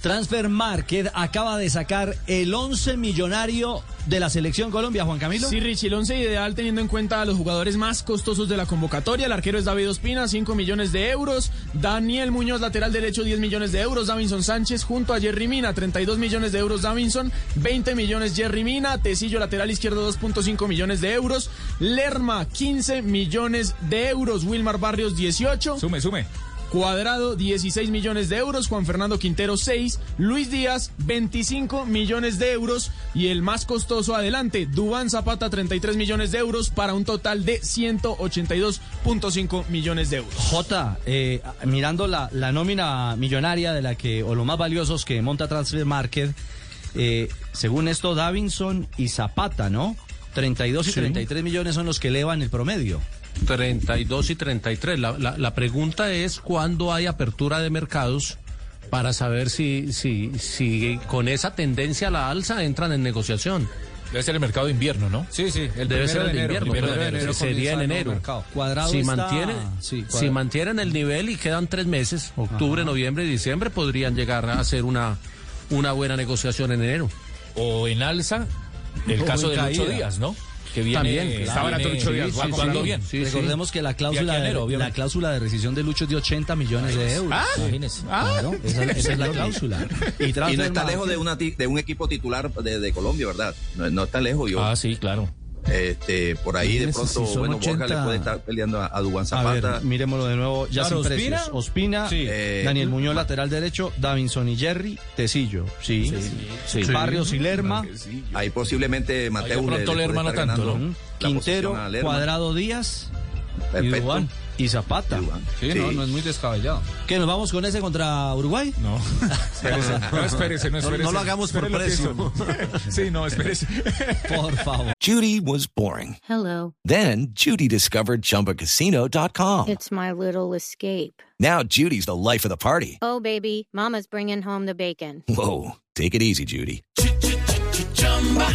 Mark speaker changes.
Speaker 1: Transfer Market acaba de sacar el 11 millonario de la selección Colombia, Juan Camilo.
Speaker 2: Sí, Richie, el 11 ideal teniendo en cuenta a los jugadores más costosos de la convocatoria. El arquero es David Ospina, 5 millones de euros. Daniel Muñoz, lateral derecho, 10 millones de euros. Davinson Sánchez junto a Jerry Mina, 32 millones de euros. Davinson, 20 millones Jerry Mina. Tecillo, lateral izquierdo, 2.5 millones de euros. Lerma, 15 millones de euros. Wilmar Barrios, 18.
Speaker 3: Sume, sume.
Speaker 2: Cuadrado, 16 millones de euros. Juan Fernando Quintero, 6. Luis Díaz, 25 millones de euros. Y el más costoso adelante, Dubán Zapata, 33 millones de euros para un total de 182.5 millones de euros.
Speaker 1: Jota, eh, mirando la, la nómina millonaria de la que, o lo más valiosos que monta Transfer Market, eh, según esto, Davinson y Zapata, ¿no? 32 y 33 millones son los que elevan el promedio.
Speaker 4: 32 y 33. La, la, la pregunta es cuándo hay apertura de mercados para saber si, si, si con esa tendencia a la alza entran en negociación.
Speaker 3: Debe ser el mercado de invierno, ¿no?
Speaker 4: Sí, sí, el debe ser el de invierno,
Speaker 3: primero de
Speaker 4: pero
Speaker 3: enero
Speaker 4: sería en
Speaker 1: comienza el nuevo
Speaker 4: enero.
Speaker 1: mercado. Cuadrado
Speaker 4: si
Speaker 1: está-
Speaker 4: mantienen,
Speaker 1: sí, cuadrado.
Speaker 4: si mantienen el nivel y quedan tres meses, octubre, noviembre y diciembre, podrían llegar a hacer una, una buena negociación en enero.
Speaker 3: O en alza, el
Speaker 1: O
Speaker 3: caso
Speaker 1: en
Speaker 3: de Lucho
Speaker 1: caída.
Speaker 3: Díaz, ¿no? Que viene,
Speaker 4: También,
Speaker 3: está
Speaker 4: claro.
Speaker 3: barato Lucho
Speaker 4: Sí,
Speaker 3: Díaz,
Speaker 4: sí,
Speaker 3: va
Speaker 4: sí,
Speaker 3: jugando
Speaker 4: sí.
Speaker 3: bien.
Speaker 4: Sí, sí.
Speaker 1: Recordemos que la
Speaker 3: Y
Speaker 1: cláusula,
Speaker 3: aquí a enero,
Speaker 1: de, la
Speaker 3: obviamente.
Speaker 1: cláusula de rescisión de Lucho es de 80 millones de euros.
Speaker 3: Ah,
Speaker 1: Imagínese.
Speaker 3: ah.
Speaker 1: Claro, esa, esa es la cláusula. Y,
Speaker 5: Y no está
Speaker 1: Transfermarkt-
Speaker 5: lejos de, una, ti- de un equipo titular de, de Colombia, ¿verdad? No, no está lejos. Yo,
Speaker 3: Ah, sí, claro.
Speaker 5: este, por ahí de
Speaker 1: Imagínese
Speaker 5: pronto,
Speaker 1: si son
Speaker 5: bueno, Borja
Speaker 1: 80.
Speaker 5: le puede estar peleando a, a Dubán
Speaker 1: A
Speaker 5: Zapata.
Speaker 1: ver, miremoslo de nuevo. Ya
Speaker 3: Claro,
Speaker 1: sin precios. Ospina,
Speaker 3: Sí.
Speaker 5: Eh,
Speaker 1: Daniel Muñoz, lateral derecho, Davinson y Jerry, Tecillo. Sí. Sí. Barrios y Lerma,
Speaker 5: ahí posiblemente Mateo
Speaker 3: pronto
Speaker 5: puede
Speaker 3: Lerma no
Speaker 5: estar
Speaker 3: tanto,
Speaker 5: ganando
Speaker 3: ¿no?
Speaker 5: la
Speaker 1: Quintero,
Speaker 5: posición a Lerma.
Speaker 1: Cuadrado Díaz y
Speaker 5: Perfecto.
Speaker 1: Dubán. Y Zapata.
Speaker 5: Dubán.
Speaker 1: muy descabellado. ¿Qué, nos vamos con ese contra Uruguay?
Speaker 3: No, espérese, no espérese, no
Speaker 6: No- no
Speaker 3: espérese.
Speaker 6: lo hagamos por
Speaker 3: Espere lo que hizo. Sí, no, espérese.
Speaker 1: Por favor.
Speaker 7: Judy was boring.
Speaker 8: Hello,
Speaker 7: Then Judy discovered ChumbaCasino.com.
Speaker 8: it's my little escape.
Speaker 7: Now Judy's the life of the party.
Speaker 8: Oh, baby, Mama's bringing home the bacon.
Speaker 7: Whoa, take it easy, Judy.